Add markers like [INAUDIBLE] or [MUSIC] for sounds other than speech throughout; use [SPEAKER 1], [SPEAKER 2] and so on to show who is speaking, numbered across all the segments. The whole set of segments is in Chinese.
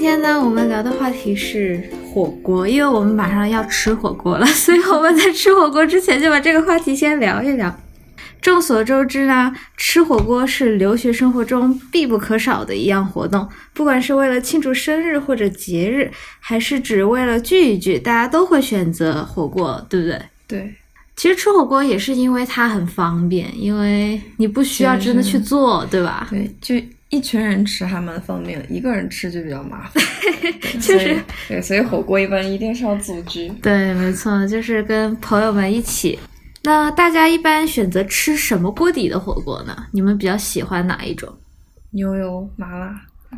[SPEAKER 1] 天呢，我们聊的话题是火锅，因为我们马上要吃火锅了， [LAUGHS] 所以我们在吃火锅之前就把这个话题先聊一聊。众所周知呢，吃火锅是留学生活中必不可少的一样活动，不管是为了庆祝生日或者节日，还是只为了聚一聚，大家都会选择火锅，对不对？
[SPEAKER 2] 对，
[SPEAKER 1] 其实吃火锅也是因为它很方便，因为你不需要真的去做，对吧？
[SPEAKER 2] 对，就一群人吃还蛮方便的，一个人吃就比较麻烦。
[SPEAKER 1] 确
[SPEAKER 2] 所以
[SPEAKER 1] 实，
[SPEAKER 2] 对，所以火锅一般一定是要组局。
[SPEAKER 1] 对，没错，就是跟朋友们一起。那大家一般选择吃什么锅底的火锅呢？你们比较喜欢哪一种？
[SPEAKER 2] 牛油麻辣，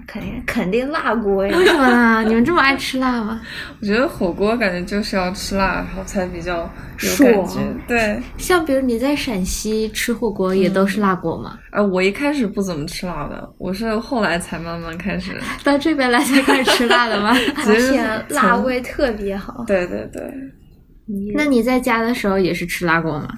[SPEAKER 3] 肯定肯定辣锅呀。
[SPEAKER 1] 为什么
[SPEAKER 3] [LAUGHS]
[SPEAKER 1] 呢？你们这么爱吃辣吗？
[SPEAKER 2] 我觉得火锅感觉就是要吃辣，然后才比较有感觉
[SPEAKER 3] 爽。
[SPEAKER 2] 对，
[SPEAKER 1] 像比如你在陕西吃火锅也都是辣锅吗？
[SPEAKER 2] 啊，我一开始不怎么吃辣的，我是后来才慢慢开始。
[SPEAKER 1] 到这边来才开始吃辣的 [LAUGHS] 吗？
[SPEAKER 3] 而且辣
[SPEAKER 2] 从。
[SPEAKER 3] 味特别好。
[SPEAKER 2] 对对对，
[SPEAKER 1] 那你在家的时候也是吃辣锅吗？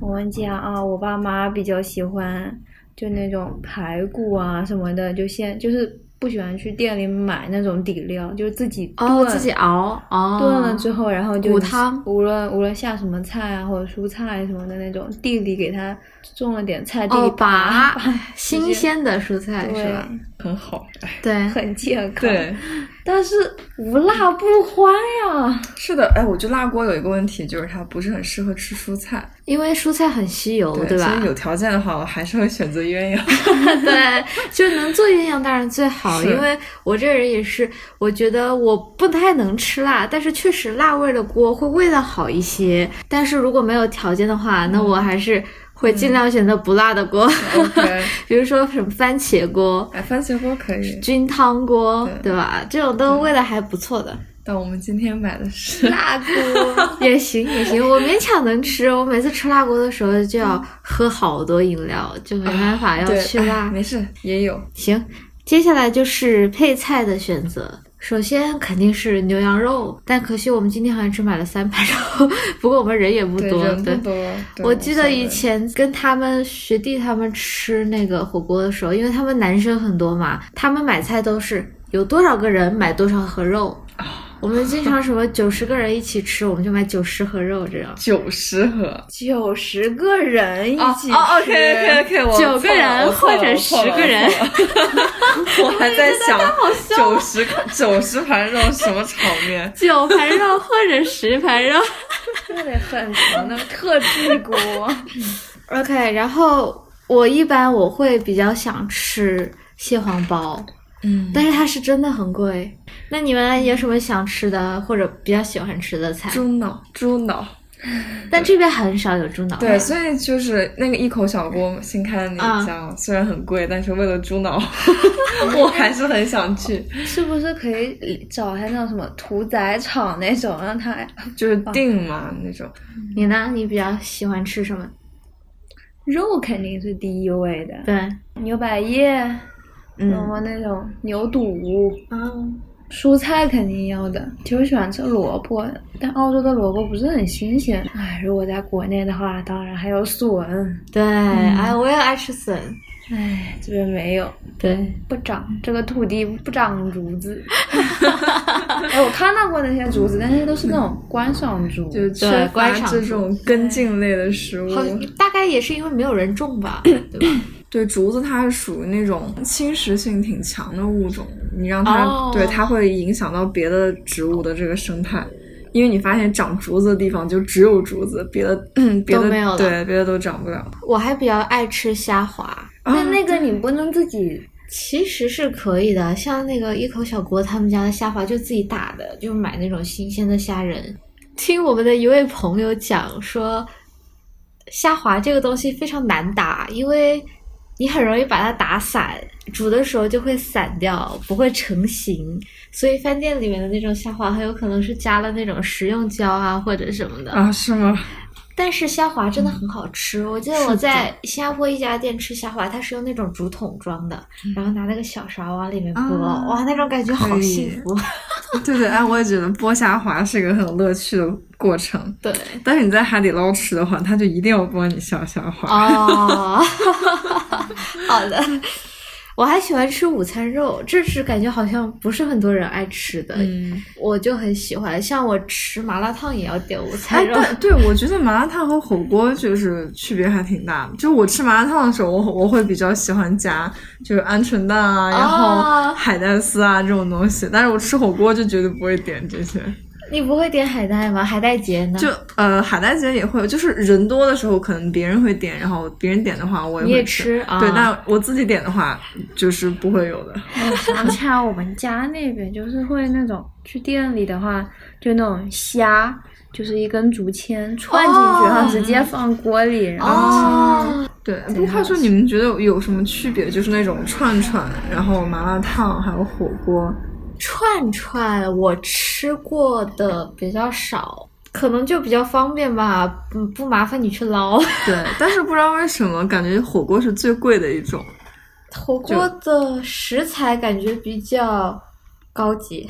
[SPEAKER 3] 我们家啊，我爸妈比较喜欢就那种排骨啊什么的，就现就是不喜欢去店里买那种底料，就是自己炖。
[SPEAKER 1] 哦，自己熬哦，
[SPEAKER 3] 炖了之后，然后就
[SPEAKER 1] 骨汤
[SPEAKER 3] 无论无论下什么菜啊，或者蔬菜什么的那种，地里给它种了点菜，地
[SPEAKER 1] 哦
[SPEAKER 3] 里
[SPEAKER 1] [LAUGHS]
[SPEAKER 3] 拔，
[SPEAKER 1] 拔新鲜的蔬菜是吧？
[SPEAKER 3] [LAUGHS] 对，
[SPEAKER 2] 很好。
[SPEAKER 1] 对，[LAUGHS]
[SPEAKER 3] 很健康。
[SPEAKER 2] 对，
[SPEAKER 3] 但是无辣不欢呀。
[SPEAKER 2] 是的，哎，我觉得辣锅有一个问题，就是它不是很适合吃蔬菜，
[SPEAKER 1] 因为蔬菜很稀有，哦对吧
[SPEAKER 2] 所？以有条件的话，我还是会选择鸳鸯。
[SPEAKER 1] [LAUGHS] 对，就能做鸳鸯当然最好，
[SPEAKER 2] 是
[SPEAKER 1] 因为我这人也是，我觉得我不太能吃辣，但是确实辣味的锅会味道好一些。但是如果没有条件的话，那我还是会尽量选择不辣的锅，
[SPEAKER 2] OK，
[SPEAKER 1] [LAUGHS] 比如说什么番茄锅、
[SPEAKER 2] 哎，番茄锅可以，
[SPEAKER 1] 菌汤锅，
[SPEAKER 2] 对
[SPEAKER 1] 对吧？这种都味道还不错的，
[SPEAKER 2] 但我们今天买的是
[SPEAKER 3] 辣锅
[SPEAKER 1] [LAUGHS] 也行也行，我勉强能吃。我每次吃辣锅的时候就要喝好多饮料，就没办法要
[SPEAKER 2] [LAUGHS] 对，
[SPEAKER 1] 去
[SPEAKER 2] 哎
[SPEAKER 1] 辣。
[SPEAKER 2] 没事，也有。
[SPEAKER 1] 行，接下来就是配菜的选择。首先肯定是牛羊肉，但可惜我们今天好像只买了三盘肉，不过我们人也不
[SPEAKER 2] 对，
[SPEAKER 1] 多。
[SPEAKER 2] 人
[SPEAKER 1] 对
[SPEAKER 2] 不多。对
[SPEAKER 1] 我记
[SPEAKER 2] 无所
[SPEAKER 1] 得
[SPEAKER 2] 谓
[SPEAKER 1] 以前跟他们学弟他们吃那个火锅的时候，因为他们男生很多嘛，他们买菜都是有多少个人买多少盒肉。
[SPEAKER 2] 啊
[SPEAKER 1] 我们经常什
[SPEAKER 2] [LAUGHS]
[SPEAKER 1] 么九十个人一起吃，我们就买九十盒肉这样。
[SPEAKER 2] 九十盒。
[SPEAKER 3] 九十个人一起吃，
[SPEAKER 2] 哦，OK OK OK，我
[SPEAKER 1] 九个
[SPEAKER 2] 错了
[SPEAKER 1] 人
[SPEAKER 2] 我错了
[SPEAKER 1] 或者
[SPEAKER 2] 我错了
[SPEAKER 1] 10个人
[SPEAKER 2] 我错了我还在想九十个九十盘肉什么场面？
[SPEAKER 1] 九盘肉或者十盘肉，
[SPEAKER 3] 那得很长的特制
[SPEAKER 1] [LAUGHS]
[SPEAKER 3] 锅。
[SPEAKER 1] OK，然后我一般我会比较想吃蟹黄包，
[SPEAKER 2] 嗯，
[SPEAKER 1] 但是它是真的很贵。那你们有什么想吃的或者比较喜欢吃的菜？
[SPEAKER 2] 猪脑，猪脑。
[SPEAKER 1] 但这边很少有猪脑。
[SPEAKER 2] 对，所以就是那个一口小锅新开的那
[SPEAKER 1] 啊
[SPEAKER 2] 一家，虽然很贵，但是为了猪 [LAUGHS] 脑，我还是很想去。
[SPEAKER 3] 是不是可以找下那种什么屠宰场那种，让他 [LAUGHS]
[SPEAKER 2] 就是定嘛那种，
[SPEAKER 1] 你呢？你比较喜欢吃什么？
[SPEAKER 3] 肉肯定是第一位的，
[SPEAKER 1] 对，
[SPEAKER 3] 牛百叶，什
[SPEAKER 1] 嗯，
[SPEAKER 3] 么那种牛肚，
[SPEAKER 2] 哦
[SPEAKER 1] 嗯
[SPEAKER 3] 蔬菜肯定要的。其实我喜欢吃萝卜，但澳洲的萝卜不是很新鲜。唉，如果在国内的话，当然还有笋，
[SPEAKER 1] 对，
[SPEAKER 2] 嗯
[SPEAKER 1] 哎，我也爱吃笋。
[SPEAKER 2] [LAUGHS]
[SPEAKER 3] 唉，这边没有。
[SPEAKER 1] 对，
[SPEAKER 3] 不长，这个土地不长竹子。哎，我看到过那些竹子，但是都是那种观赏竹。
[SPEAKER 2] [LAUGHS] 就是缺乏
[SPEAKER 1] 观赏
[SPEAKER 2] 这种根茎类的食物。
[SPEAKER 1] 好，大概也是因为没有人种吧，对吧？
[SPEAKER 2] 对，竹子它是属于那种侵蚀性挺强的物种，你让它、
[SPEAKER 1] 哦
[SPEAKER 2] 对它会影响到别的植物的这个生态，因为你发现长竹子的地方就只有竹子，别的嗯别
[SPEAKER 1] 都
[SPEAKER 2] 的
[SPEAKER 1] 没有了
[SPEAKER 2] 对别的都长不了。
[SPEAKER 1] 我还比较爱吃虾滑，
[SPEAKER 2] 啊
[SPEAKER 3] 但那个你不能自己，
[SPEAKER 1] 其实是可以的，像那个一口小锅他们家的虾滑就自己打的，就买那种新鲜的虾仁。听我们的一位朋友讲说，虾滑这个东西非常难打，因为你很容易把它打散，煮的时候就会散掉，不会成型。所以饭店里面的那种虾滑很有可能是加了那种食用胶啊或者什么的。
[SPEAKER 2] 啊，是吗？ [LAUGHS]
[SPEAKER 1] 但是虾滑真的很好吃，我记得
[SPEAKER 2] 嗯是
[SPEAKER 1] 我
[SPEAKER 2] 的
[SPEAKER 1] 在新加坡一家店吃虾滑，它是用那种竹筒装的，然后拿那个小勺往里面拨，
[SPEAKER 2] 嗯啊
[SPEAKER 1] 哇，那种感觉好
[SPEAKER 2] 可以
[SPEAKER 1] 幸
[SPEAKER 2] [LAUGHS]
[SPEAKER 1] 福。
[SPEAKER 2] 对对，哎，我也觉得剥虾滑是一个很有乐趣的过程，
[SPEAKER 1] [LAUGHS] 对，
[SPEAKER 2] 但是你在海底捞吃的话，它
[SPEAKER 1] 哦
[SPEAKER 2] 就一定要剥你小虾滑。
[SPEAKER 1] 哦，好的。我还喜欢吃午餐肉，这是感觉好像不是很多人爱吃的，
[SPEAKER 2] 嗯，
[SPEAKER 1] 我就很喜欢。像我吃麻辣烫也要点午
[SPEAKER 2] 哎
[SPEAKER 1] 餐，肉，
[SPEAKER 2] 但对，我觉得麻辣烫和火锅就是区别还挺大的。就我吃麻辣烫的时候，我我会比较喜欢加就是鹌鹑蛋啊，然后
[SPEAKER 1] 啊
[SPEAKER 2] 海带丝啊这种东西。但是我吃火锅就绝对不会点这些。
[SPEAKER 1] 你不会点海带吗？海带结呢？
[SPEAKER 2] 就呃，海带节也会，就是人多的时候可能别人会点，然后别人点的话我
[SPEAKER 1] 你
[SPEAKER 2] 也
[SPEAKER 1] 也
[SPEAKER 2] 会吃。
[SPEAKER 1] 吃啊？
[SPEAKER 2] 对，但我自己点的话就是不会有的。
[SPEAKER 3] 我想起来，我们家那边就是会那种去店里的话，就那种虾，就是一根竹签串进去，
[SPEAKER 1] 哦
[SPEAKER 3] 然后直接放锅里，然后吃。
[SPEAKER 1] 哦，
[SPEAKER 2] 对，不话说你们觉得有什么区别？就是那种串串，然后麻辣烫还有火锅。
[SPEAKER 1] 串串我吃过的比较少，可能就比较方便吧，嗯，不麻烦你去捞。 [LAUGHS]
[SPEAKER 2] 对，但是不知道为什么，感觉火锅是最贵的一种。
[SPEAKER 1] 火锅的食材感觉比较高级，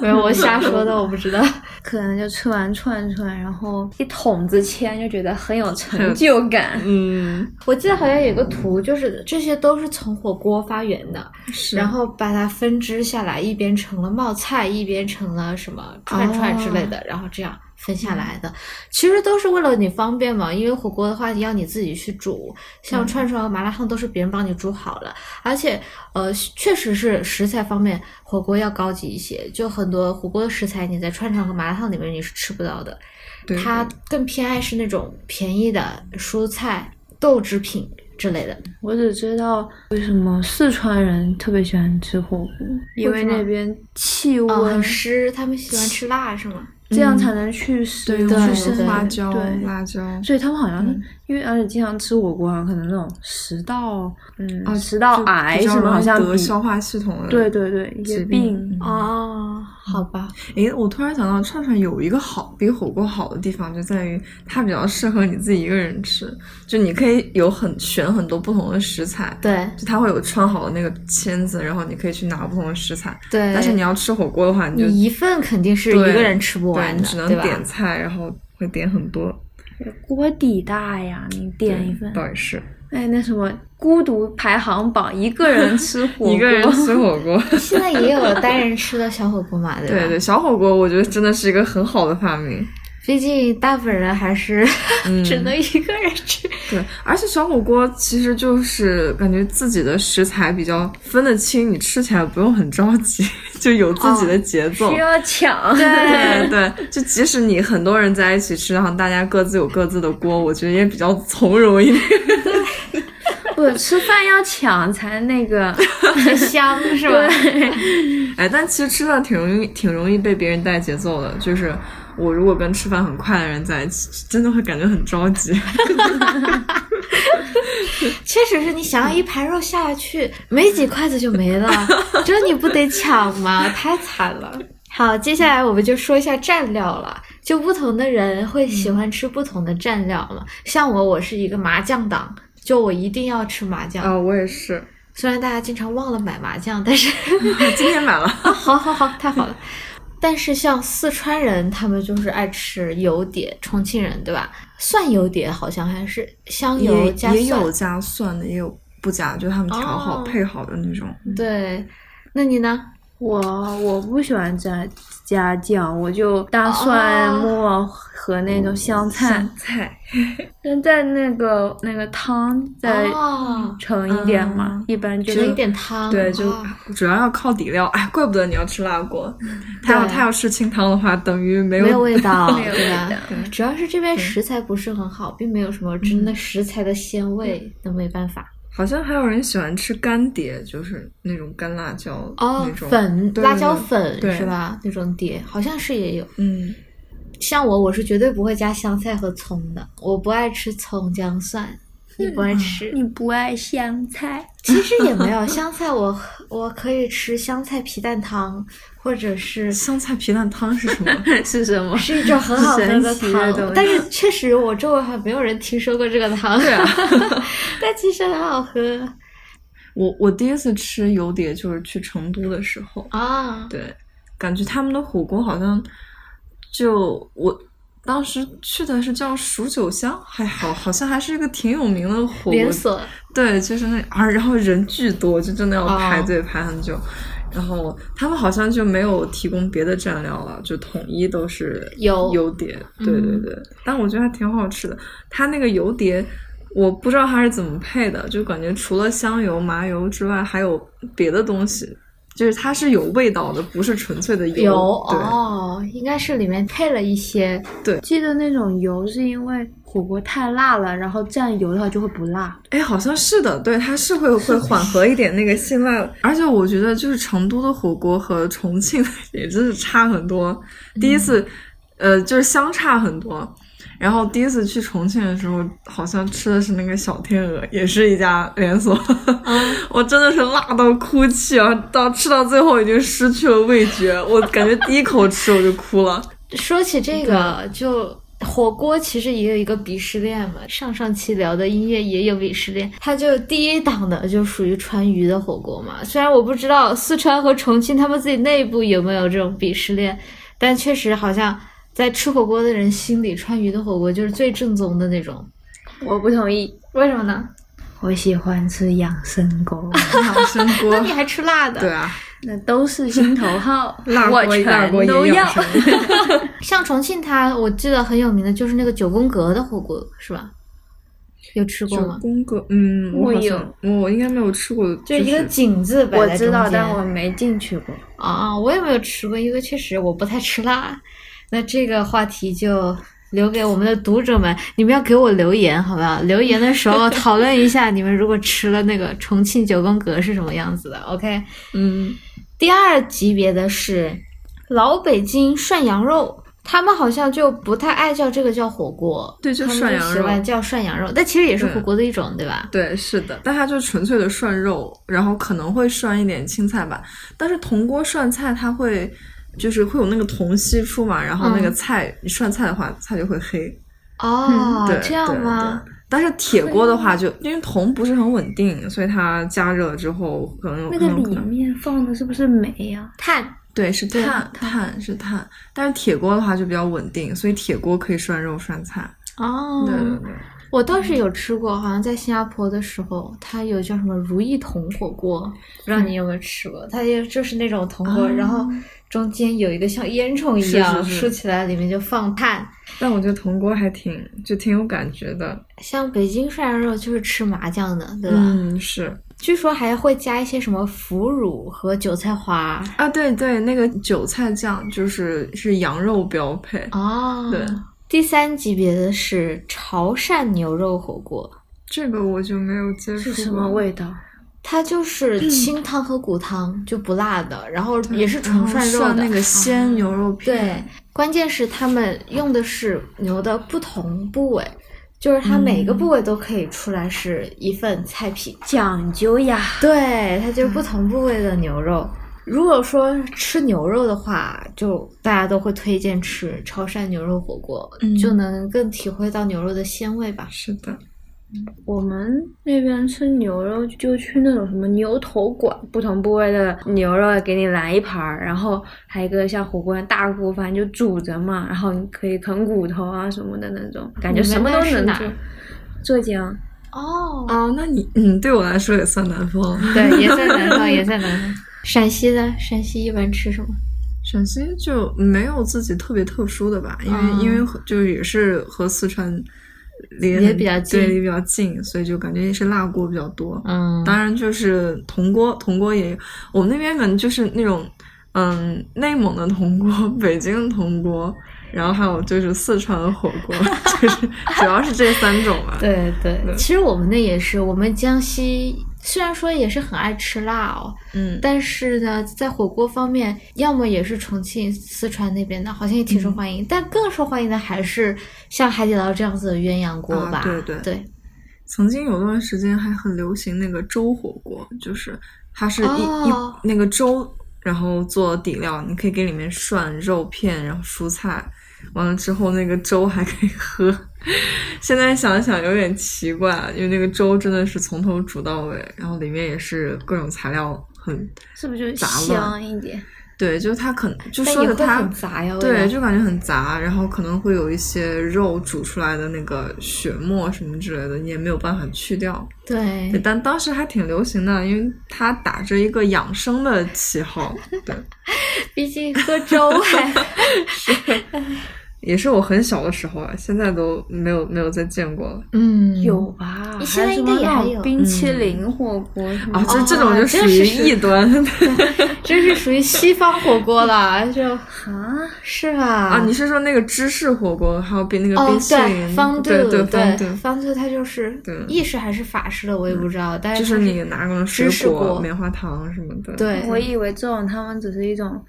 [SPEAKER 1] 没有我瞎说的，我不知道。 [LAUGHS]
[SPEAKER 3] 可能就吃完串串，然后一桶子签，就觉得很有成就感。
[SPEAKER 2] 嗯，
[SPEAKER 1] 我记得好像有个图，就是这些都是从火锅发源的，
[SPEAKER 2] 是
[SPEAKER 1] 然后把它分支下来，一边成了冒菜，一边成了什么串串之
[SPEAKER 2] 哦
[SPEAKER 1] 类的，然后这样分下
[SPEAKER 2] 嗯
[SPEAKER 1] 来的，其实都是为了你方便嘛。因为火锅的话，要你自己去煮，
[SPEAKER 2] 嗯
[SPEAKER 1] 像串串和麻辣烫都是别人帮你煮好了，而且呃，确实是食材方面，火锅要高级一些，就很多火锅的食材你在串串和麻辣烫里面你是吃不到的，
[SPEAKER 2] 对
[SPEAKER 1] 它更偏爱是那种便宜的蔬菜、豆制品之类
[SPEAKER 2] 嗯
[SPEAKER 1] 的。
[SPEAKER 3] 我只知道为什么四川人特别喜欢吃火锅，因为
[SPEAKER 1] 为什么
[SPEAKER 3] 那边气
[SPEAKER 1] 哦，
[SPEAKER 3] 温
[SPEAKER 1] 很，湿，他们喜欢吃辣是吗？
[SPEAKER 3] 这样才能去湿
[SPEAKER 2] 对，
[SPEAKER 3] 度
[SPEAKER 2] 对
[SPEAKER 3] 去生
[SPEAKER 2] 花椒，
[SPEAKER 3] 对，
[SPEAKER 2] 辣椒。
[SPEAKER 3] 所以他们好像、
[SPEAKER 2] 嗯
[SPEAKER 3] 因为而且经常吃火锅，啊，可能那种食道，嗯，
[SPEAKER 2] 啊
[SPEAKER 3] 食道癌
[SPEAKER 2] 就比较
[SPEAKER 3] 什么
[SPEAKER 2] 容易
[SPEAKER 3] 好像
[SPEAKER 2] 得
[SPEAKER 3] 比
[SPEAKER 2] 消化系统的
[SPEAKER 3] 对对对一
[SPEAKER 2] 疾
[SPEAKER 3] 些
[SPEAKER 2] 病
[SPEAKER 3] 病。
[SPEAKER 2] 嗯
[SPEAKER 1] 哦，好吧，
[SPEAKER 2] 诶，我突然想到，串串有一个好比火锅好的地方，就在于它比较适合你自己一个人吃，就你可以有很选很多不同的食材，
[SPEAKER 1] 对
[SPEAKER 2] 就它会有串好的那个签子，然后你可以去拿不同的食材。
[SPEAKER 1] 对，
[SPEAKER 2] 但是你要吃火锅的话，你就
[SPEAKER 1] 你一份肯定是一
[SPEAKER 2] 对
[SPEAKER 1] 个人吃不
[SPEAKER 2] 对
[SPEAKER 1] 完
[SPEAKER 2] 你
[SPEAKER 1] 的，
[SPEAKER 2] 只能
[SPEAKER 1] 对吧？
[SPEAKER 2] 点菜，然后会点很多。
[SPEAKER 3] 锅底大呀，你点一份。
[SPEAKER 2] 倒也是
[SPEAKER 3] 哎，那什么孤独排行榜，一个人吃火 [LAUGHS] 锅，
[SPEAKER 2] 一个人吃火
[SPEAKER 3] [LAUGHS]
[SPEAKER 2] 锅。
[SPEAKER 1] 现在也有单人吃的小火锅
[SPEAKER 2] [LAUGHS]
[SPEAKER 1] 嘛，对吧？
[SPEAKER 3] 啊
[SPEAKER 2] 对对，小火锅我觉得真的是一个很好的发明。
[SPEAKER 1] 毕竟大部分人还是 [LAUGHS]
[SPEAKER 2] 嗯
[SPEAKER 1] 只能一个人吃。
[SPEAKER 2] 对，而且小火锅其实就是感觉自己的食材比较分得清，你吃起来不用很着急， [LAUGHS] 就有自己
[SPEAKER 3] 哦
[SPEAKER 2] 的节奏。
[SPEAKER 3] 需要抢。
[SPEAKER 1] [LAUGHS]
[SPEAKER 2] 对对，就即使你很多人在一起吃，然后大家各自有各自的锅，我觉得也比较从容
[SPEAKER 3] [LAUGHS]
[SPEAKER 2] 一点。
[SPEAKER 3] 不吃饭要抢才那 [LAUGHS] 个
[SPEAKER 1] [LAUGHS]
[SPEAKER 3] 香是
[SPEAKER 1] 吧？
[SPEAKER 2] 哎，但其实吃饭挺容易，挺容易被别人带节奏的。就是我如果跟吃饭很快的人在一起，真的会感觉很着急。
[SPEAKER 1] 确实是你想要一盘肉下去，没几筷子就没
[SPEAKER 2] [LAUGHS]
[SPEAKER 1] 了，这你不得抢吗？太惨了。好，接下来我们就说一下蘸料了。就不同的人会喜欢吃不同的蘸料嘛。像我，我是一个麻酱党，就我一定要吃麻酱。
[SPEAKER 2] 啊、
[SPEAKER 3] 哦
[SPEAKER 2] 我也是，
[SPEAKER 1] 虽然大家经常忘了买麻酱，但是 [LAUGHS]
[SPEAKER 2] [LAUGHS] 今天买了。
[SPEAKER 1] 啊，好好好，太好了。但是像四川人，他们就是爱吃油碟，重庆人对吧？蒜油碟好像还是香油
[SPEAKER 2] 也
[SPEAKER 1] 加
[SPEAKER 2] 也有
[SPEAKER 1] 蒜，
[SPEAKER 2] 加蒜的，也有不加，就他们调好、
[SPEAKER 1] 哦
[SPEAKER 2] 配好的那种。
[SPEAKER 1] 对。那你呢？
[SPEAKER 3] 我我不喜欢加加酱，我就大蒜嗯
[SPEAKER 1] 哦
[SPEAKER 3] 末和那种香菜。
[SPEAKER 2] 菜，
[SPEAKER 3] 但在那个那个汤再
[SPEAKER 1] 哦
[SPEAKER 3] 盛一点嘛，
[SPEAKER 2] 嗯
[SPEAKER 3] 一般就
[SPEAKER 1] 只能
[SPEAKER 3] 是
[SPEAKER 1] 一点汤，
[SPEAKER 2] 对，
[SPEAKER 1] [LAUGHS]
[SPEAKER 2] 就
[SPEAKER 1] 哦
[SPEAKER 2] 主要要靠底料。哎，怪不得你要吃辣锅，他要
[SPEAKER 1] 对
[SPEAKER 2] 他要吃清汤的话，等于没有
[SPEAKER 1] 没有味道，
[SPEAKER 3] 没有
[SPEAKER 1] 对吧
[SPEAKER 3] 味道
[SPEAKER 1] 对嗯主要是这边食材不是很好，并没有什么真的食材的鲜味，那没办法。
[SPEAKER 2] 好像还有人喜欢吃干碟，就是那种干辣椒
[SPEAKER 1] 哦
[SPEAKER 2] 那，种
[SPEAKER 1] 粉
[SPEAKER 2] 对
[SPEAKER 1] 辣
[SPEAKER 2] 对
[SPEAKER 1] 椒
[SPEAKER 2] 对
[SPEAKER 1] 粉
[SPEAKER 2] 对
[SPEAKER 1] 是吧？那种碟好像是也有。
[SPEAKER 2] 嗯，
[SPEAKER 1] 像我，我是绝对不会加香菜和葱的，我不爱吃葱姜蒜。你不爱吃，
[SPEAKER 3] 你不爱香菜，
[SPEAKER 1] 其实也没有香菜我，我可以吃香菜皮蛋汤，或者是
[SPEAKER 2] 香菜皮蛋汤是
[SPEAKER 1] [LAUGHS]
[SPEAKER 2] 什么？
[SPEAKER 3] 是什么？
[SPEAKER 1] 是一种很好喝的
[SPEAKER 3] 神奇
[SPEAKER 1] 汤， [LAUGHS]
[SPEAKER 3] 的东西
[SPEAKER 1] 但是确实我周围还没有人听说过这个汤，
[SPEAKER 2] 对啊
[SPEAKER 1] [LAUGHS] 但其实很好喝
[SPEAKER 2] 我我第一次吃油碟就是去成都的时候，
[SPEAKER 1] 啊。
[SPEAKER 2] 对，感觉他们的火锅好像就我当时去的是叫蜀九香，还好好像还是一个挺有名的火锅
[SPEAKER 1] 连锁
[SPEAKER 2] 对，就是那啊，然后人巨多，就真的要排
[SPEAKER 1] 哦
[SPEAKER 2] 队排很久。然后他们好像就没有提供别的蘸料了，就统一都是
[SPEAKER 1] 油
[SPEAKER 2] 油碟。对对
[SPEAKER 1] 嗯
[SPEAKER 2] 对，但我觉得还挺好吃的。它那个油碟，我不知道它是怎么配的，就感觉除了香油、麻油之外，还有别的东西。就是它是有味道的，不是纯粹的油。
[SPEAKER 1] 油
[SPEAKER 2] 对、
[SPEAKER 1] 哦，应该是里面配了一些
[SPEAKER 3] 记得那种油是因为火锅太辣了，然后蘸油的话就会不辣。
[SPEAKER 2] 哎，好像是的，对，它是会会缓和一点那个辛辣，而且我觉得就是成都的火锅和重庆的也真是差很多。第一次，
[SPEAKER 1] 嗯
[SPEAKER 2] 呃，就是相差很多。然后第一次去重庆的时候，好像吃的是那个小天鹅，也是一家连锁，
[SPEAKER 1] 嗯
[SPEAKER 2] [LAUGHS] 我真的是辣到哭泣啊！到吃到最后已经失去了味觉，我感觉第一口吃我就哭
[SPEAKER 1] [LAUGHS]
[SPEAKER 2] 了。
[SPEAKER 1] 说起这个，就火锅其实也有一个鄙视链嘛。上上期聊的音乐也有鄙视链，它就第一档的就属于川渝的火锅嘛。虽然我不知道四川和重庆他们自己内部有没有这种鄙视链，但确实好像在吃火锅的人心里，川渝的火锅就是最正宗的那种。
[SPEAKER 3] 我不同意，
[SPEAKER 1] 为什么呢？
[SPEAKER 3] 我喜欢吃养生锅，
[SPEAKER 2] 养生
[SPEAKER 1] 那
[SPEAKER 2] 锅
[SPEAKER 1] 你，还吃辣的？
[SPEAKER 2] 对啊，
[SPEAKER 3] 那都是心头好，
[SPEAKER 2] 辣
[SPEAKER 3] 我
[SPEAKER 2] 锅辣
[SPEAKER 3] 全
[SPEAKER 2] 锅
[SPEAKER 3] 都
[SPEAKER 2] 也
[SPEAKER 3] 要
[SPEAKER 2] 养。生。
[SPEAKER 1] 像重庆它，我记得很有名的就是那个九宫格的火锅，是吧？有吃过
[SPEAKER 2] 九
[SPEAKER 1] 吗？
[SPEAKER 2] 宫格，嗯，我
[SPEAKER 3] 我
[SPEAKER 2] 好
[SPEAKER 3] 有
[SPEAKER 2] 像我我应该没有吃过，
[SPEAKER 1] 就一个井字摆
[SPEAKER 3] 我
[SPEAKER 1] 在
[SPEAKER 3] 知
[SPEAKER 1] 中
[SPEAKER 3] 道，
[SPEAKER 1] 间
[SPEAKER 3] 但我没进去过。
[SPEAKER 1] 啊，我也没有吃过，因为确实我不太吃辣。那这个话题就留给我们的读者们，你们要给我留言，好不好？留言的时候讨论一下，你们如果吃了那个重庆九宫格是什么样子的？OK。
[SPEAKER 2] 嗯，
[SPEAKER 1] 第二级别的是老北京涮羊肉，他们好像就不太爱叫这个叫火锅，
[SPEAKER 2] 对就
[SPEAKER 1] 他们
[SPEAKER 2] 涮羊
[SPEAKER 1] 喜欢
[SPEAKER 2] 肉
[SPEAKER 1] 叫涮羊肉，但其实也是
[SPEAKER 2] 对
[SPEAKER 1] 火锅的一种，对吧？
[SPEAKER 2] 对，是的，但它就纯粹的涮肉，然后可能会涮一点青菜吧，但是铜锅涮菜它会就是会有那个铜析出嘛，然后那个
[SPEAKER 1] 嗯
[SPEAKER 2] 菜、你涮菜的话，菜就会黑，
[SPEAKER 1] 哦，
[SPEAKER 2] 嗯对，
[SPEAKER 1] 这样
[SPEAKER 2] 对
[SPEAKER 1] 吗？？
[SPEAKER 2] 对但是铁锅的话就，因为铜不是很稳定，所以它加热之后可能有
[SPEAKER 3] 那个
[SPEAKER 2] 很有可
[SPEAKER 3] 里
[SPEAKER 2] 能
[SPEAKER 3] 面放的是不是煤啊呀、
[SPEAKER 1] 碳
[SPEAKER 2] 对是
[SPEAKER 1] 对
[SPEAKER 2] 碳碳是碳，但是铁锅的话就比较稳定，所以铁锅可以涮肉涮菜。
[SPEAKER 1] 哦，
[SPEAKER 2] 对对对。
[SPEAKER 1] 我倒
[SPEAKER 2] 嗯
[SPEAKER 1] 是有吃过，好像在新加坡的时候，它有叫什么如意铜火锅，不知道你有没有吃过？它也就是那种铜锅，
[SPEAKER 2] 嗯啊
[SPEAKER 1] 然后中间有一个像烟囱一
[SPEAKER 2] 是
[SPEAKER 1] 样
[SPEAKER 2] 是
[SPEAKER 1] 竖
[SPEAKER 2] 是
[SPEAKER 1] 起来，里面就放炭。
[SPEAKER 2] 但我觉得铜锅还挺就挺有感觉的，
[SPEAKER 1] 像北京涮羊肉就是吃麻酱的，对吧？
[SPEAKER 2] 嗯，是
[SPEAKER 1] 据说还会加一些什么腐乳和韭菜花。
[SPEAKER 2] 啊，对对，那个韭菜酱就是是羊肉标配，
[SPEAKER 1] 哦，
[SPEAKER 2] 对。
[SPEAKER 1] 第三级别的是潮汕牛肉火锅，
[SPEAKER 2] 这个我就没有接触过。
[SPEAKER 3] 是
[SPEAKER 2] [LAUGHS]
[SPEAKER 3] 什么味道？
[SPEAKER 1] 它就是清汤和骨汤，就不辣的，然后
[SPEAKER 2] 嗯对？哦
[SPEAKER 1] 也是纯涮
[SPEAKER 2] 涮
[SPEAKER 1] 肉的。啊
[SPEAKER 2] 那个鲜牛肉
[SPEAKER 1] 对
[SPEAKER 2] 片，，
[SPEAKER 1] 关键是他们用的是牛的不同部位，就是它每个部位都可以出来是一份菜品。
[SPEAKER 3] 讲究呀！
[SPEAKER 1] 对，它就是不同部位的牛肉。嗯如果说吃牛肉的话，就大家都会推荐吃潮汕牛肉火锅，
[SPEAKER 2] 嗯
[SPEAKER 1] 就能更体会到牛肉的鲜味吧。
[SPEAKER 2] 是的，
[SPEAKER 3] 我们那边吃牛肉就去那种什么牛头馆，不同部位的牛肉啊给你来一盘儿，然后还有一个像火锅的大锅，反正就煮着嘛，然后你可以啃骨头啊什么的那种，感觉
[SPEAKER 1] 你们
[SPEAKER 3] 什么都
[SPEAKER 1] 那是
[SPEAKER 3] 能
[SPEAKER 1] 哪
[SPEAKER 3] 做。浙江，
[SPEAKER 1] 哦，
[SPEAKER 2] 哦，那你嗯，对我来说也算南方。
[SPEAKER 1] 对，也在南方，也在南 [LAUGHS] 方。陕西呢？陕西一般吃什么？
[SPEAKER 2] 陕西就没有自己特别特殊的吧，因为、
[SPEAKER 1] 嗯
[SPEAKER 2] 因为和就是也是和四川离得
[SPEAKER 1] 离得
[SPEAKER 2] 很
[SPEAKER 1] 比较近
[SPEAKER 2] 对，离比较近，所以就感觉也是辣锅比较多。
[SPEAKER 1] 嗯
[SPEAKER 2] 当然就是铜锅，铜锅也有，我们那边可能就是那种，嗯，内蒙的铜锅，北京的铜锅，然后还有就是四川的火锅， [LAUGHS] 就是主要是这三种吧。
[SPEAKER 1] 对对，
[SPEAKER 2] 对
[SPEAKER 1] 其实我们那也是，我们江西虽然说也是很爱吃辣哦，
[SPEAKER 2] 嗯，
[SPEAKER 1] 但是呢，在火锅方面，要么也是重庆、四川那边的，好像也挺受欢
[SPEAKER 2] 嗯
[SPEAKER 1] 迎，但更受欢迎的还是像海底捞这样子的鸳鸯锅
[SPEAKER 2] 啊
[SPEAKER 1] 吧。
[SPEAKER 2] 对对
[SPEAKER 1] 对
[SPEAKER 2] 曾经有段时间还很流行那个粥火锅，就是它是一、
[SPEAKER 1] 哦
[SPEAKER 2] 一那个粥，然后做底料，你可以给里面涮肉片，然后蔬菜，完了之后那个粥还可以喝。 [LAUGHS] 现在想想有点奇怪，啊因为那个粥真的是从头煮到尾，然后里面也是各种材料很
[SPEAKER 3] 是不是就
[SPEAKER 2] 杂
[SPEAKER 3] 香
[SPEAKER 2] 乱
[SPEAKER 3] 一点？
[SPEAKER 2] 对，就是它可能就
[SPEAKER 1] 但
[SPEAKER 2] 说
[SPEAKER 1] 也
[SPEAKER 2] 的
[SPEAKER 1] 会
[SPEAKER 2] 它
[SPEAKER 1] 很杂呀，味啊
[SPEAKER 2] 对，
[SPEAKER 1] 道
[SPEAKER 2] 就感觉很杂，然后可能会有一些肉煮出来的那个血沫什么之类的，你也没有办法去掉。
[SPEAKER 1] 对
[SPEAKER 2] 对，但当时还挺流行的，因为它打着一个养生的旗号，对，
[SPEAKER 1] 毕竟喝粥啊还
[SPEAKER 2] [LAUGHS] 也是我很小的时候啊，现在都没有没有再见过了。
[SPEAKER 1] 嗯
[SPEAKER 3] 有吧？
[SPEAKER 1] 现在
[SPEAKER 3] 还有什
[SPEAKER 1] 应该
[SPEAKER 3] 么
[SPEAKER 1] 也还
[SPEAKER 3] 老
[SPEAKER 1] 有
[SPEAKER 3] 冰淇淋火锅什么
[SPEAKER 2] 啊，
[SPEAKER 3] 的
[SPEAKER 2] 这这种
[SPEAKER 1] 哦
[SPEAKER 2] 就
[SPEAKER 1] 这
[SPEAKER 2] 属
[SPEAKER 1] 是哦
[SPEAKER 2] 于
[SPEAKER 1] 属于
[SPEAKER 2] 异端
[SPEAKER 1] 这是属于西方火锅
[SPEAKER 2] [LAUGHS]
[SPEAKER 1] 了，就
[SPEAKER 3] 啊，
[SPEAKER 1] 是吧？
[SPEAKER 2] 啊！你是说那个芝士火锅，还有比那个
[SPEAKER 1] 哦
[SPEAKER 2] 冰，淇
[SPEAKER 1] 对，
[SPEAKER 2] 淋，
[SPEAKER 1] 方
[SPEAKER 2] 对
[SPEAKER 1] 对
[SPEAKER 2] 方对，
[SPEAKER 1] 方度它就是
[SPEAKER 2] 对
[SPEAKER 1] 意式还是法式的，我也不知道，但
[SPEAKER 2] 就是是
[SPEAKER 1] 它
[SPEAKER 2] 你拿个水
[SPEAKER 1] 芝士锅
[SPEAKER 2] 果、棉花糖什么的。
[SPEAKER 1] 对，
[SPEAKER 3] 我以为这种他们只是一种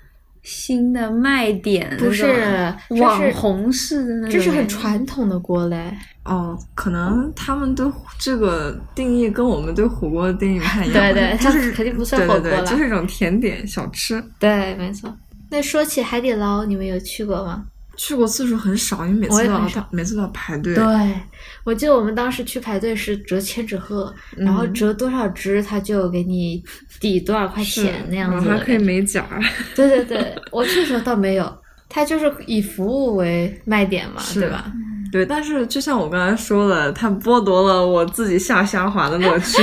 [SPEAKER 3] 新的卖点，
[SPEAKER 1] 不是这是
[SPEAKER 3] 网红式的那种，
[SPEAKER 1] 这是很传统的锅嘞，
[SPEAKER 2] 哦，可能他们对这个定义跟我们对火锅的定义不太一样吧。
[SPEAKER 1] 对对
[SPEAKER 2] 就
[SPEAKER 1] 它
[SPEAKER 2] 是
[SPEAKER 1] 肯定不算火锅
[SPEAKER 2] 对对
[SPEAKER 1] 了
[SPEAKER 2] 对，就是一种甜点小吃。
[SPEAKER 1] 对，没错。那说起海底捞，你们有去过吗？
[SPEAKER 2] 去过次数很少，因为每
[SPEAKER 1] 我
[SPEAKER 2] 次
[SPEAKER 1] 也
[SPEAKER 2] 都
[SPEAKER 1] 很
[SPEAKER 2] 要
[SPEAKER 1] 少
[SPEAKER 2] 每次都要排队。
[SPEAKER 1] 对，我记得我们当时去排队是折千纸鹤，然后
[SPEAKER 2] 嗯
[SPEAKER 1] 折多少只，它就给你抵多少块
[SPEAKER 2] 是
[SPEAKER 1] 钱那样
[SPEAKER 2] 然
[SPEAKER 1] 子
[SPEAKER 2] 后
[SPEAKER 1] 的
[SPEAKER 2] 还
[SPEAKER 1] 感
[SPEAKER 2] 可以
[SPEAKER 1] 觉。
[SPEAKER 2] 美甲。
[SPEAKER 1] 对对对，我去的时候倒没有，它就是以服务为卖点嘛，
[SPEAKER 2] 是
[SPEAKER 1] 对吧？
[SPEAKER 2] 对，但是就像我刚才说的，它剥夺了我自己下虾滑的乐
[SPEAKER 1] [LAUGHS]
[SPEAKER 2] 趣。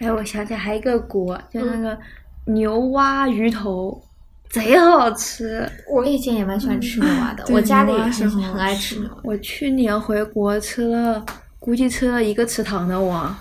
[SPEAKER 3] 哎，我想起来还有一个锅，就
[SPEAKER 1] 嗯
[SPEAKER 3] 那个牛蛙鱼头，贼好吃。
[SPEAKER 1] 我以前也蛮喜欢吃牛蛙的，
[SPEAKER 2] 对
[SPEAKER 1] 我家里
[SPEAKER 2] 牛
[SPEAKER 1] 也
[SPEAKER 2] 蛙是
[SPEAKER 1] 很
[SPEAKER 2] 很好
[SPEAKER 1] 很爱吃嗯牛蛙。
[SPEAKER 3] 我去年回国吃了，估计吃了一个池塘的
[SPEAKER 1] [LAUGHS]
[SPEAKER 3] 蛙，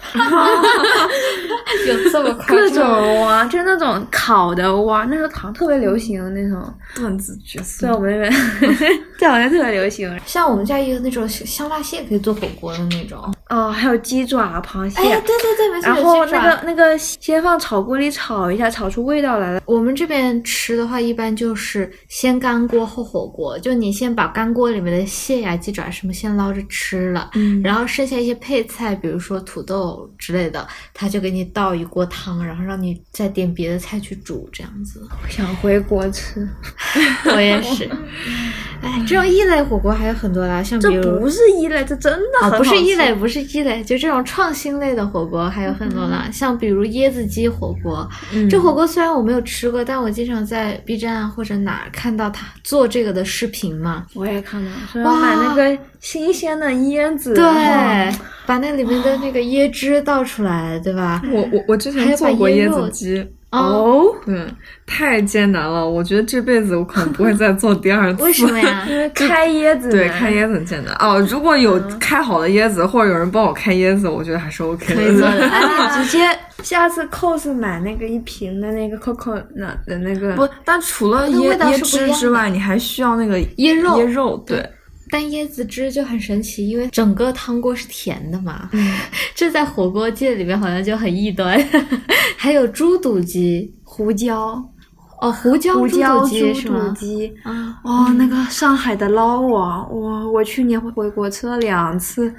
[SPEAKER 1] 有这么夸
[SPEAKER 3] 各
[SPEAKER 1] 张？
[SPEAKER 3] 种蛙，就是那种烤的蛙，那时候糖特别流行的那种，
[SPEAKER 2] 段子绝俗
[SPEAKER 1] 啊
[SPEAKER 3] 在我们那边，在我那特别流行。
[SPEAKER 1] 像我们家也有那种香辣蟹可以做火锅的那种。
[SPEAKER 3] 哦，还有鸡爪、螃蟹。
[SPEAKER 1] 哎，对对对，没错。
[SPEAKER 3] 然后
[SPEAKER 1] 有鸡爪
[SPEAKER 3] 那个那个先放炒锅里炒一下，炒出味道来了。
[SPEAKER 1] 我们这边吃的话，一般就是先干锅后火锅，就你先把干锅里面的蟹呀、鸡爪什么先捞着吃了，
[SPEAKER 2] 嗯
[SPEAKER 1] 然后剩下一些配菜，比如说土豆之类的，他就给你倒一锅汤，然后让你再点别的菜去煮，这样子。
[SPEAKER 3] 想回国吃，
[SPEAKER 1] 我 [LAUGHS] 也是，哎，这种异类火锅还有很多啦，像比
[SPEAKER 3] 这
[SPEAKER 1] 如
[SPEAKER 3] 不是一类，这真的
[SPEAKER 1] 啊、
[SPEAKER 3] 很好
[SPEAKER 1] 不是异
[SPEAKER 3] 吃
[SPEAKER 1] 类，不是异类，就这种创新类的火锅还有很多啦，像比如椰子鸡火锅。
[SPEAKER 2] 嗯
[SPEAKER 3] 嗯
[SPEAKER 1] 这火锅虽然我没有吃过，但我经常在 B 站啊或者哪儿看到他做这个的视频嘛。
[SPEAKER 3] 我也看到，说要
[SPEAKER 1] 哇
[SPEAKER 3] 买那个新鲜的椰子，
[SPEAKER 1] 对
[SPEAKER 3] 然后，
[SPEAKER 1] 把那里面的那个椰汁倒出来，对吧？
[SPEAKER 2] 我我我之
[SPEAKER 1] 还
[SPEAKER 2] 前
[SPEAKER 1] 有把
[SPEAKER 2] 做过
[SPEAKER 1] 椰
[SPEAKER 2] 椰
[SPEAKER 1] 肉
[SPEAKER 2] 子鸡，
[SPEAKER 1] 哦，
[SPEAKER 2] 对，太艰难了，我觉得这辈子我可能不会再做第二
[SPEAKER 3] 嗯
[SPEAKER 1] [LAUGHS]
[SPEAKER 2] 次。
[SPEAKER 1] 为什么
[SPEAKER 3] [LAUGHS]
[SPEAKER 1] 呀？
[SPEAKER 3] 因为开椰
[SPEAKER 2] [LAUGHS]
[SPEAKER 3] 子
[SPEAKER 2] 对，
[SPEAKER 3] 嘛
[SPEAKER 2] 开椰子很简单哦。如果有
[SPEAKER 1] 嗯
[SPEAKER 2] 开好的椰子，或者有人帮我开椰子，我觉得还是 OK
[SPEAKER 1] 可以
[SPEAKER 2] [LAUGHS]
[SPEAKER 1] 做
[SPEAKER 2] 的。
[SPEAKER 1] 的，
[SPEAKER 3] 啊
[SPEAKER 1] 哎，直接
[SPEAKER 3] 下次 cos 买那个一瓶的那个 coco 那的那个，
[SPEAKER 2] 不，但除了
[SPEAKER 1] 那
[SPEAKER 2] 椰
[SPEAKER 1] 味道是
[SPEAKER 2] 椰
[SPEAKER 1] 不一
[SPEAKER 2] 汁
[SPEAKER 1] 样
[SPEAKER 2] 之外，你还需要那个椰
[SPEAKER 1] 椰肉
[SPEAKER 2] 椰。肉，对，
[SPEAKER 1] [LAUGHS] 但椰子汁就很神奇，因为整个汤锅是甜的嘛。
[SPEAKER 3] 嗯
[SPEAKER 1] [LAUGHS] 这在火锅界里面好像就很异端。 [LAUGHS] 还有猪肚鸡，
[SPEAKER 3] 胡椒、
[SPEAKER 1] 哦，胡椒
[SPEAKER 3] 胡
[SPEAKER 1] 猪
[SPEAKER 3] 椒
[SPEAKER 1] 肚
[SPEAKER 3] 猪
[SPEAKER 1] 鸡是
[SPEAKER 3] 肚
[SPEAKER 1] 吗？
[SPEAKER 3] 鸡。
[SPEAKER 1] 啊，
[SPEAKER 3] 哦，那个上海的捞王，我我去年回回国吃了两次，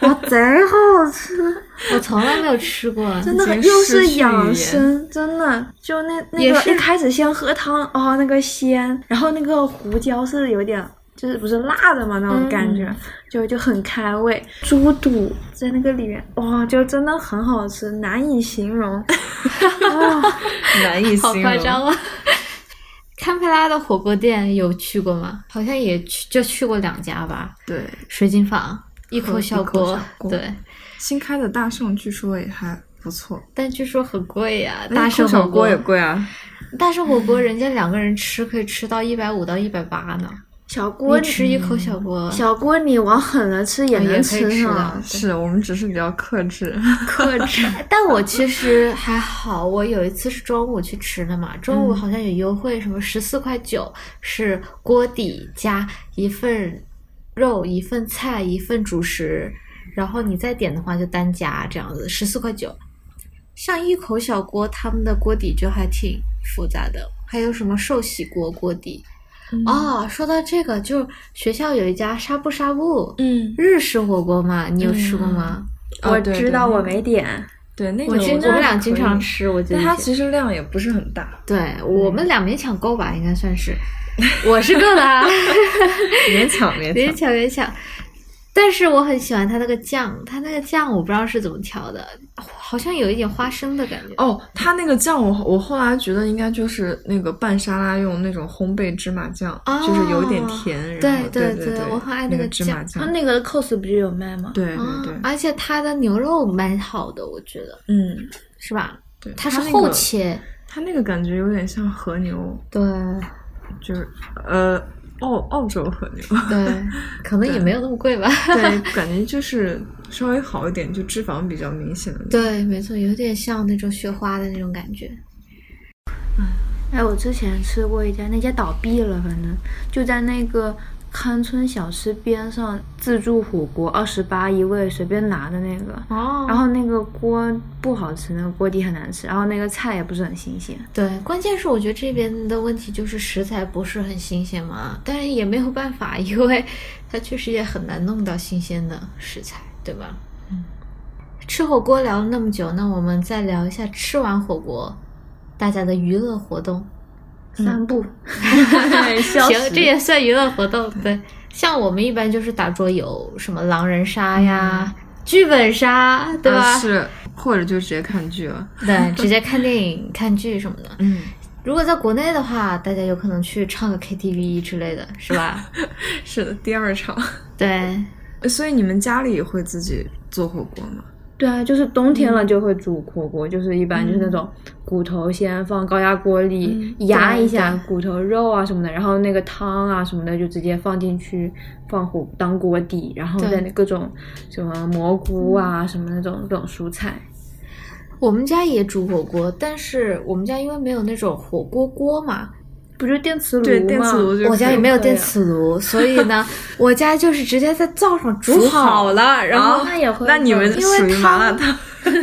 [SPEAKER 3] 哇，贼好吃，
[SPEAKER 1] 我从来没有吃过。
[SPEAKER 3] [LAUGHS] 真的很
[SPEAKER 2] 已经
[SPEAKER 3] 又
[SPEAKER 2] 失
[SPEAKER 3] 是
[SPEAKER 2] 去语
[SPEAKER 3] 养
[SPEAKER 2] 言
[SPEAKER 3] 生，真的就那那
[SPEAKER 1] 也
[SPEAKER 3] 个
[SPEAKER 1] 是
[SPEAKER 3] 一开始先喝汤，哦，那个鲜，然后那个胡椒是有点就是不是辣的嘛那种感觉，
[SPEAKER 1] 嗯
[SPEAKER 3] 就就很开胃。猪肚在那个里面，哇，就真的很好吃，难以形容。
[SPEAKER 2] 难以
[SPEAKER 1] 好
[SPEAKER 2] 形
[SPEAKER 1] 夸张
[SPEAKER 2] 容。
[SPEAKER 1] 啊！ [LAUGHS] 堪培拉的火锅店有去过吗？好像也去，就去过两家吧，
[SPEAKER 2] 对，
[SPEAKER 1] 水晶坊、一口
[SPEAKER 2] 和
[SPEAKER 1] 小
[SPEAKER 2] 哦一口
[SPEAKER 1] 锅
[SPEAKER 2] 小，锅
[SPEAKER 1] 对。
[SPEAKER 2] 新开的大圣据说也还不错，
[SPEAKER 1] 但据说很贵呀、
[SPEAKER 2] 那
[SPEAKER 1] 大
[SPEAKER 2] 嗯一口
[SPEAKER 1] 圣
[SPEAKER 2] 小
[SPEAKER 1] 火
[SPEAKER 2] 锅也贵啊。
[SPEAKER 1] 大圣火锅人家两个人吃可以吃到一百五到一百八呢。
[SPEAKER 3] 小锅
[SPEAKER 1] 我
[SPEAKER 3] 你
[SPEAKER 1] 吃一口
[SPEAKER 2] 嗯
[SPEAKER 1] 小锅，
[SPEAKER 3] 小锅你往狠了吃也
[SPEAKER 1] 也
[SPEAKER 3] 能
[SPEAKER 1] 可以吃
[SPEAKER 3] 上
[SPEAKER 1] 的，啊
[SPEAKER 2] 是我们只是比较克
[SPEAKER 1] [LAUGHS]
[SPEAKER 2] 制，
[SPEAKER 3] 克制。
[SPEAKER 1] 但我其实还好，我有一次是中午去吃的嘛，中午好像有优惠，什么十四块九是锅底加一份肉、一份菜、一份主食，然后你再点的话就单加这样子，十四块九。像一口小锅，他们的锅底就还挺复杂的，还有什么寿喜锅锅底。哦，说到这个，就学校有一家呷哺呷哺，
[SPEAKER 2] 嗯，
[SPEAKER 1] 日式火锅嘛，你有吃过吗？哦
[SPEAKER 3] 我知道我没点，
[SPEAKER 2] 对那个
[SPEAKER 1] 我
[SPEAKER 2] 觉
[SPEAKER 1] 觉
[SPEAKER 2] 得
[SPEAKER 1] 得我们俩
[SPEAKER 2] 还
[SPEAKER 1] 经
[SPEAKER 2] 可
[SPEAKER 1] 常
[SPEAKER 2] 以，
[SPEAKER 1] 吃，我觉
[SPEAKER 2] 但
[SPEAKER 1] 得
[SPEAKER 2] 它
[SPEAKER 1] 是
[SPEAKER 2] 其嗯实量也不是很
[SPEAKER 1] [LAUGHS]
[SPEAKER 2] 大，
[SPEAKER 1] 对我们俩勉强够吧，应该
[SPEAKER 2] [LAUGHS]
[SPEAKER 1] 算是，我是够的啊，
[SPEAKER 2] 勉强
[SPEAKER 1] [LAUGHS]
[SPEAKER 2] 勉
[SPEAKER 1] 勉
[SPEAKER 2] 强。
[SPEAKER 1] 强勉强。但是我很喜欢它那个酱，它那个酱我不知道是怎么调的，好像有一点花生的感觉。
[SPEAKER 2] 哦，它那个酱我我后来觉得应该就是那个拌沙拉用那种烘焙芝麻酱，
[SPEAKER 1] 哦
[SPEAKER 2] 就是有一点甜，然后
[SPEAKER 1] 对
[SPEAKER 2] 对
[SPEAKER 1] 对
[SPEAKER 2] 对
[SPEAKER 1] 对，我很爱
[SPEAKER 2] 那
[SPEAKER 1] 那个
[SPEAKER 2] 芝麻酱
[SPEAKER 3] 它，那个 cos 不就有卖吗？
[SPEAKER 2] 对对
[SPEAKER 1] 啊
[SPEAKER 2] 对，
[SPEAKER 1] 而且它的牛肉蛮好的，我觉得
[SPEAKER 2] 嗯，
[SPEAKER 1] 是吧？
[SPEAKER 2] 对，
[SPEAKER 1] 它
[SPEAKER 2] 它
[SPEAKER 1] 是
[SPEAKER 2] 那
[SPEAKER 1] 厚
[SPEAKER 2] 个，
[SPEAKER 1] 切，
[SPEAKER 2] 它那个感觉有点像和牛，就是呃澳澳洲和牛， [LAUGHS]
[SPEAKER 1] 对对，可能也没有那么贵吧。 [LAUGHS]
[SPEAKER 2] 对，感觉就是稍微好一点，就脂肪比较明显的那种。
[SPEAKER 1] 对，没错，有点像那种雪花的那种感觉。
[SPEAKER 3] 哎，我之前吃过一家，那家倒闭了，反正就在那个康村小吃边上自助火锅，二十八一位，随便拿的那个。
[SPEAKER 1] 哦
[SPEAKER 3] 然后那个锅不好吃，那个锅底很难吃，然后那个菜也不是很新鲜。
[SPEAKER 1] 对，关键是我觉得这边的问题就是食材不是很新鲜嘛，但是也没有办法，因为它确实也很难弄到新鲜的食材，对吧？嗯。吃火锅聊了那么久，那我们再聊一下吃完火锅大家的娱乐活动。
[SPEAKER 3] 散步， [LAUGHS] 消
[SPEAKER 1] 行，
[SPEAKER 3] 食
[SPEAKER 1] 这也算娱乐活动。对，像我们一般就是打桌游，什么狼人杀呀、剧本杀，对吧？
[SPEAKER 2] 啊是，或者就直接看剧了。
[SPEAKER 1] 对，直接看电影、看剧什么的。
[SPEAKER 2] 嗯，
[SPEAKER 1] 如果在国内的话，大家有可能去唱个 KTV 之类的，是
[SPEAKER 2] [LAUGHS]
[SPEAKER 1] 吧？
[SPEAKER 2] [LAUGHS] 是的，第二场。
[SPEAKER 1] 对，
[SPEAKER 2] 所以你们家里也会自己做火锅吗？
[SPEAKER 3] 对啊，就是冬天了就会煮火锅，就是一般就是那种骨头先放高压锅里、
[SPEAKER 1] 嗯
[SPEAKER 3] 压
[SPEAKER 1] 对
[SPEAKER 3] 一下
[SPEAKER 1] 对
[SPEAKER 3] 骨头肉啊什么的，然后那个汤啊什么的就直接放进去放火当锅底，然后
[SPEAKER 1] 对
[SPEAKER 3] 再那各种什么蘑菇啊、什么那种各种蔬菜。
[SPEAKER 1] 我们家也煮火锅，但是我们家因为没有那种火锅锅嘛，
[SPEAKER 3] 不就是电磁炉吗？
[SPEAKER 2] 对电磁炉就
[SPEAKER 1] 我家也没有
[SPEAKER 3] 对
[SPEAKER 1] 电磁炉，所以
[SPEAKER 2] [LAUGHS]
[SPEAKER 1] 呢，我家就是直接在灶上煮
[SPEAKER 2] 好
[SPEAKER 1] 好了。
[SPEAKER 2] 了，然后
[SPEAKER 3] 哦那也会
[SPEAKER 2] 那你们
[SPEAKER 1] 因为
[SPEAKER 2] 属于麻辣烫，
[SPEAKER 1] 对，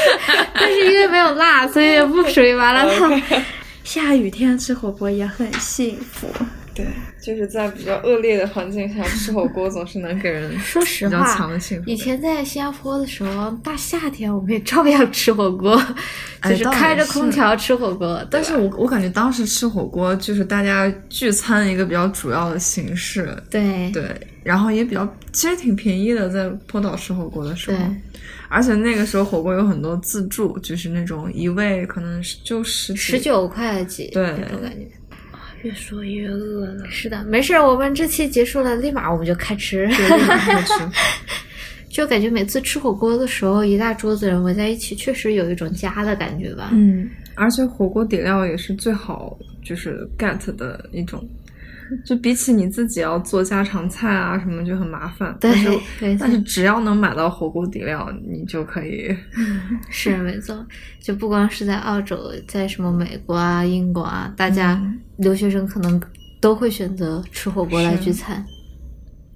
[SPEAKER 1] [LAUGHS] 但是因为没有辣，所以也不属于麻辣
[SPEAKER 2] 哦
[SPEAKER 1] 烫。
[SPEAKER 3] 下雨天吃火锅也很幸福。
[SPEAKER 2] [LAUGHS] 对，就是在比较恶劣的环境下吃火锅，总是能
[SPEAKER 1] [LAUGHS]
[SPEAKER 2] 给人
[SPEAKER 1] 说实
[SPEAKER 2] 比较强
[SPEAKER 1] 话
[SPEAKER 2] 的幸福感。
[SPEAKER 1] 以前在新加坡的时候，大夏天我们也照样吃火锅，
[SPEAKER 2] 哎
[SPEAKER 1] 就是
[SPEAKER 2] 倒也
[SPEAKER 1] 开着
[SPEAKER 2] 是
[SPEAKER 1] 空调吃火锅。对
[SPEAKER 2] 但
[SPEAKER 1] 吧
[SPEAKER 2] 是我我感觉当时吃火锅就是大家聚餐的一个比较主要的形式，
[SPEAKER 1] 对
[SPEAKER 2] 对，然后也比较其实挺便宜的，在坡岛吃火锅的时候，而且那个时候火锅有很多自助，就是那种一位可能是就十几
[SPEAKER 1] 十九块几，
[SPEAKER 2] 对
[SPEAKER 1] 那种感觉。
[SPEAKER 3] 越说越饿了。
[SPEAKER 1] 是的，没事儿，我们这期结束了，立马我们就开吃。
[SPEAKER 2] 对立马会吃，
[SPEAKER 1] [LAUGHS] 就感觉每次吃火锅的时候，一大桌子人围在一起，确实有一种家的感觉吧。
[SPEAKER 2] 嗯，而且火锅底料也是最好就是 get 的一种。就比起你自己要做家常菜啊什么就很麻烦，
[SPEAKER 1] 对
[SPEAKER 2] 但是
[SPEAKER 1] 没错
[SPEAKER 2] 但是只要能买到火锅底料，你就可以
[SPEAKER 1] 是没错，就不光是在澳洲，在什么美国啊、英国啊，大家
[SPEAKER 2] 嗯
[SPEAKER 1] 留学生可能都会选择吃火锅来
[SPEAKER 2] 是
[SPEAKER 1] 聚餐。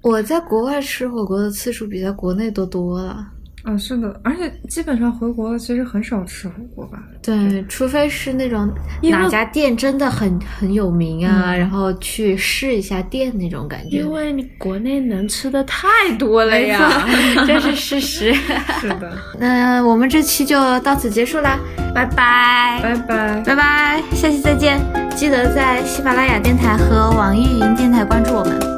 [SPEAKER 1] 我在国外吃火锅的次数比在国内多多了，
[SPEAKER 2] 啊，是的，而且基本上回国其实很少吃火锅
[SPEAKER 1] [LAUGHS]
[SPEAKER 2] 吧。
[SPEAKER 1] 对，除非是那种
[SPEAKER 3] 因为
[SPEAKER 1] 哪家店真的很很有名啊，
[SPEAKER 2] 嗯
[SPEAKER 1] 然后去试一下店那种感觉，
[SPEAKER 3] 因为你国内能吃的太多了
[SPEAKER 1] 没 [LAUGHS]
[SPEAKER 3] 呀。
[SPEAKER 1] 错，这是事实。
[SPEAKER 2] 是的，
[SPEAKER 1] [LAUGHS] 那我们这期就到此结束啦，拜拜，
[SPEAKER 2] 拜拜。
[SPEAKER 1] 拜拜，下期再见！记得在喜马拉雅电台和网易云电台关注我们。